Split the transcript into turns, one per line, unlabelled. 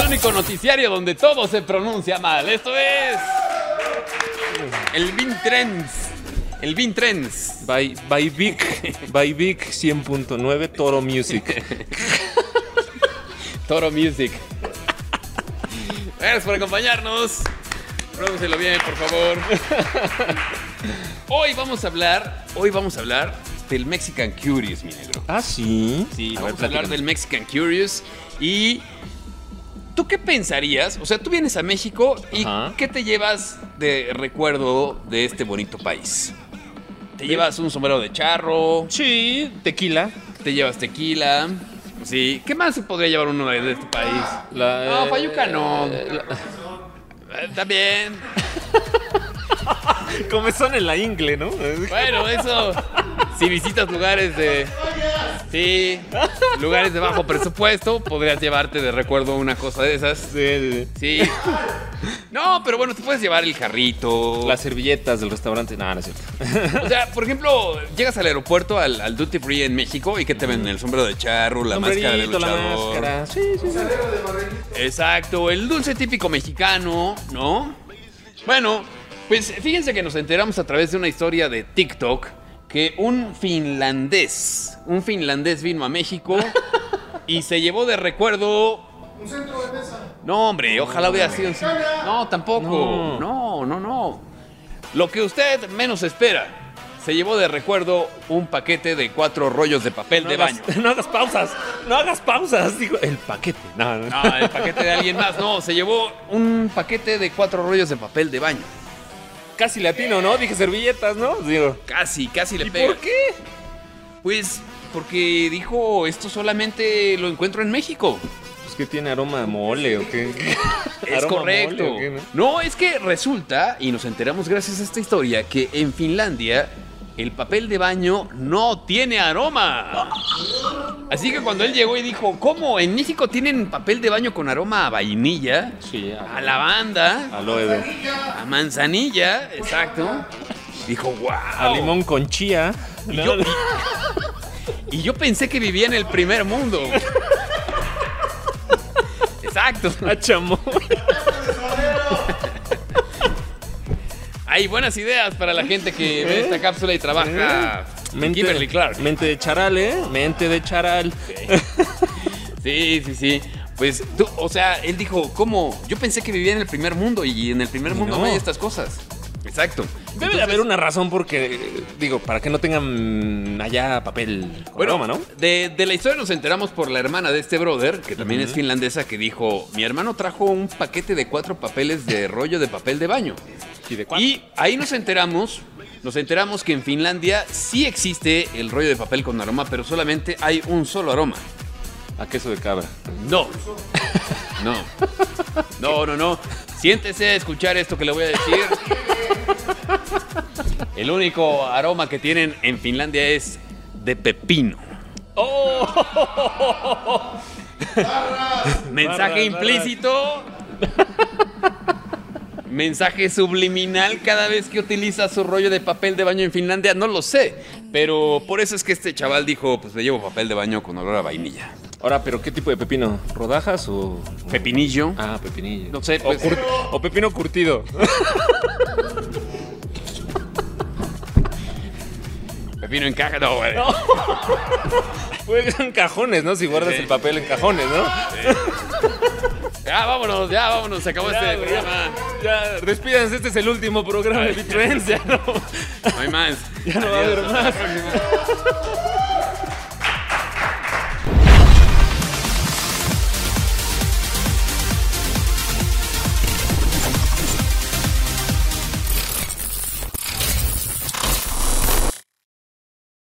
el único noticiario donde todo se pronuncia mal. Esto es. El Vin Trends. El Vin Trends.
By, by Vic, by Vic 100.9 Toro Music.
Toro Music. Gracias por acompañarnos. Pruébenselo bien, por favor. Hoy vamos a hablar, hoy vamos a hablar del Mexican Curious, mi negro.
Ah, sí.
Sí,
A ver,
vamos a hablar
platícame.
del Mexican Curious y ¿tú qué pensarías? O sea, tú vienes a México y
Ajá.
¿qué te llevas de recuerdo de este bonito país? ¿Te llevas un sombrero de charro?
Sí, tequila.
¿Te llevas tequila? Sí, ¿qué más se podría llevar uno de este país?
La,
No,
eh,
Fayuca no.
la-
Eh, También.
Como son en la ingle, ¿no?
Bueno, eso. Si visitas lugares de. Sí, lugares de bajo presupuesto, podrías llevarte de recuerdo una cosa de esas.
Sí, sí, sí.
Sí. No, pero bueno, te puedes llevar el jarrito.
Las servilletas del restaurante. Nada, no es cierto.
O sea, por ejemplo, llegas al aeropuerto, al, al duty free en México, y que te venden el sombrero de charro, la máscara de
Sombrerito, la
luchador.
máscara. Sí, sí, sí.
Exacto, el dulce típico mexicano, ¿no? Bueno, pues fíjense que nos enteramos a través de una historia de TikTok que un finlandés, un finlandés vino a México y se llevó de recuerdo... Un centro de mesa. No, hombre, ojalá hubiera sido un... cen- No, tampoco.
No.
No, no, no. Lo que usted menos espera. Se llevó de recuerdo un paquete de cuatro rollos de papel
No
de baño.
hagas- No hagas pausas. No hagas pausas. Digo, el paquete. No, no.
No, Ah, el paquete de alguien más. No, se llevó un paquete de cuatro rollos de papel de baño.
Casi latino, ¿no? Dije servilletas, ¿no? Digo.
Casi, casi le
¿Y
pega.
por qué?
Pues porque dijo, esto solamente lo encuentro en México.
Pues que tiene aroma a mole o qué.
Es
Aroma a
correcto.
mole, ¿o qué, no?
no, es que resulta, y nos enteramos gracias a esta historia, que en Finlandia el papel de baño no tiene aroma. Así que cuando él llegó y dijo, ¿cómo? ¿En México tienen papel de baño con aroma a vainilla?
Sí,
A lavanda.
Aloe de-
A manzanilla, exacto. Dijo, wow.
A limón con chía.
Y yo, y yo pensé que vivía en el primer mundo. Exacto.
A chamón.
Hay buenas ideas para la gente que ve esta cápsula y trabaja. en Kimberly Clark.
¿Eh? Mente de charal, ¿eh? Mente de charal.
Sí, sí, sí. Pues tú, o sea, él dijo, ¿cómo? Yo pensé que vivía en el primer mundo y en el primer
Y
mundo no,
no.
hay estas cosas. Exacto.
Debe de haber una razón porque, eh, digo, para que no tengan allá papel con aroma, ¿no?
De, de la historia nos enteramos por la hermana de este brother, que también es finlandesa, que dijo, mi hermano trajo un paquete de cuatro papeles de rollo de papel de baño.
Y de
Y ahí nos enteramos, nos enteramos que en Finlandia sí existe el rollo de papel con aroma, pero solamente hay un solo aroma.
A queso de cabra.
No. No. No, no, no. Siéntese a escuchar esto que le voy a decir. El único aroma que tienen en Finlandia es de pepino.
Oh.
Mensaje
Barras, barras.
implícito. Mensaje subliminal cada vez que utiliza su rollo de papel de baño en Finlandia, no lo sé. Pero por eso es que este chaval dijo, pues me llevo papel de baño con olor a vainilla.
Ahora, ¿pero qué tipo de pepino? ¿Rodajas o...?
Pepinillo.
Ah, pepinillo.
No sé,
O
pues-
cur- o pepino curtido.
Pepino en caja, no, güey.
Pues en cajones, ¿no? Si guardas
Sí.
el papel en cajones, ¿no?
Ya vámonos, ya vámonos, se acabó
Ya,
este
güey,
programa.
Ya, despídanse, este es el último programa de Bitrends, ya no.
No hay más.
Ya no va a haber más.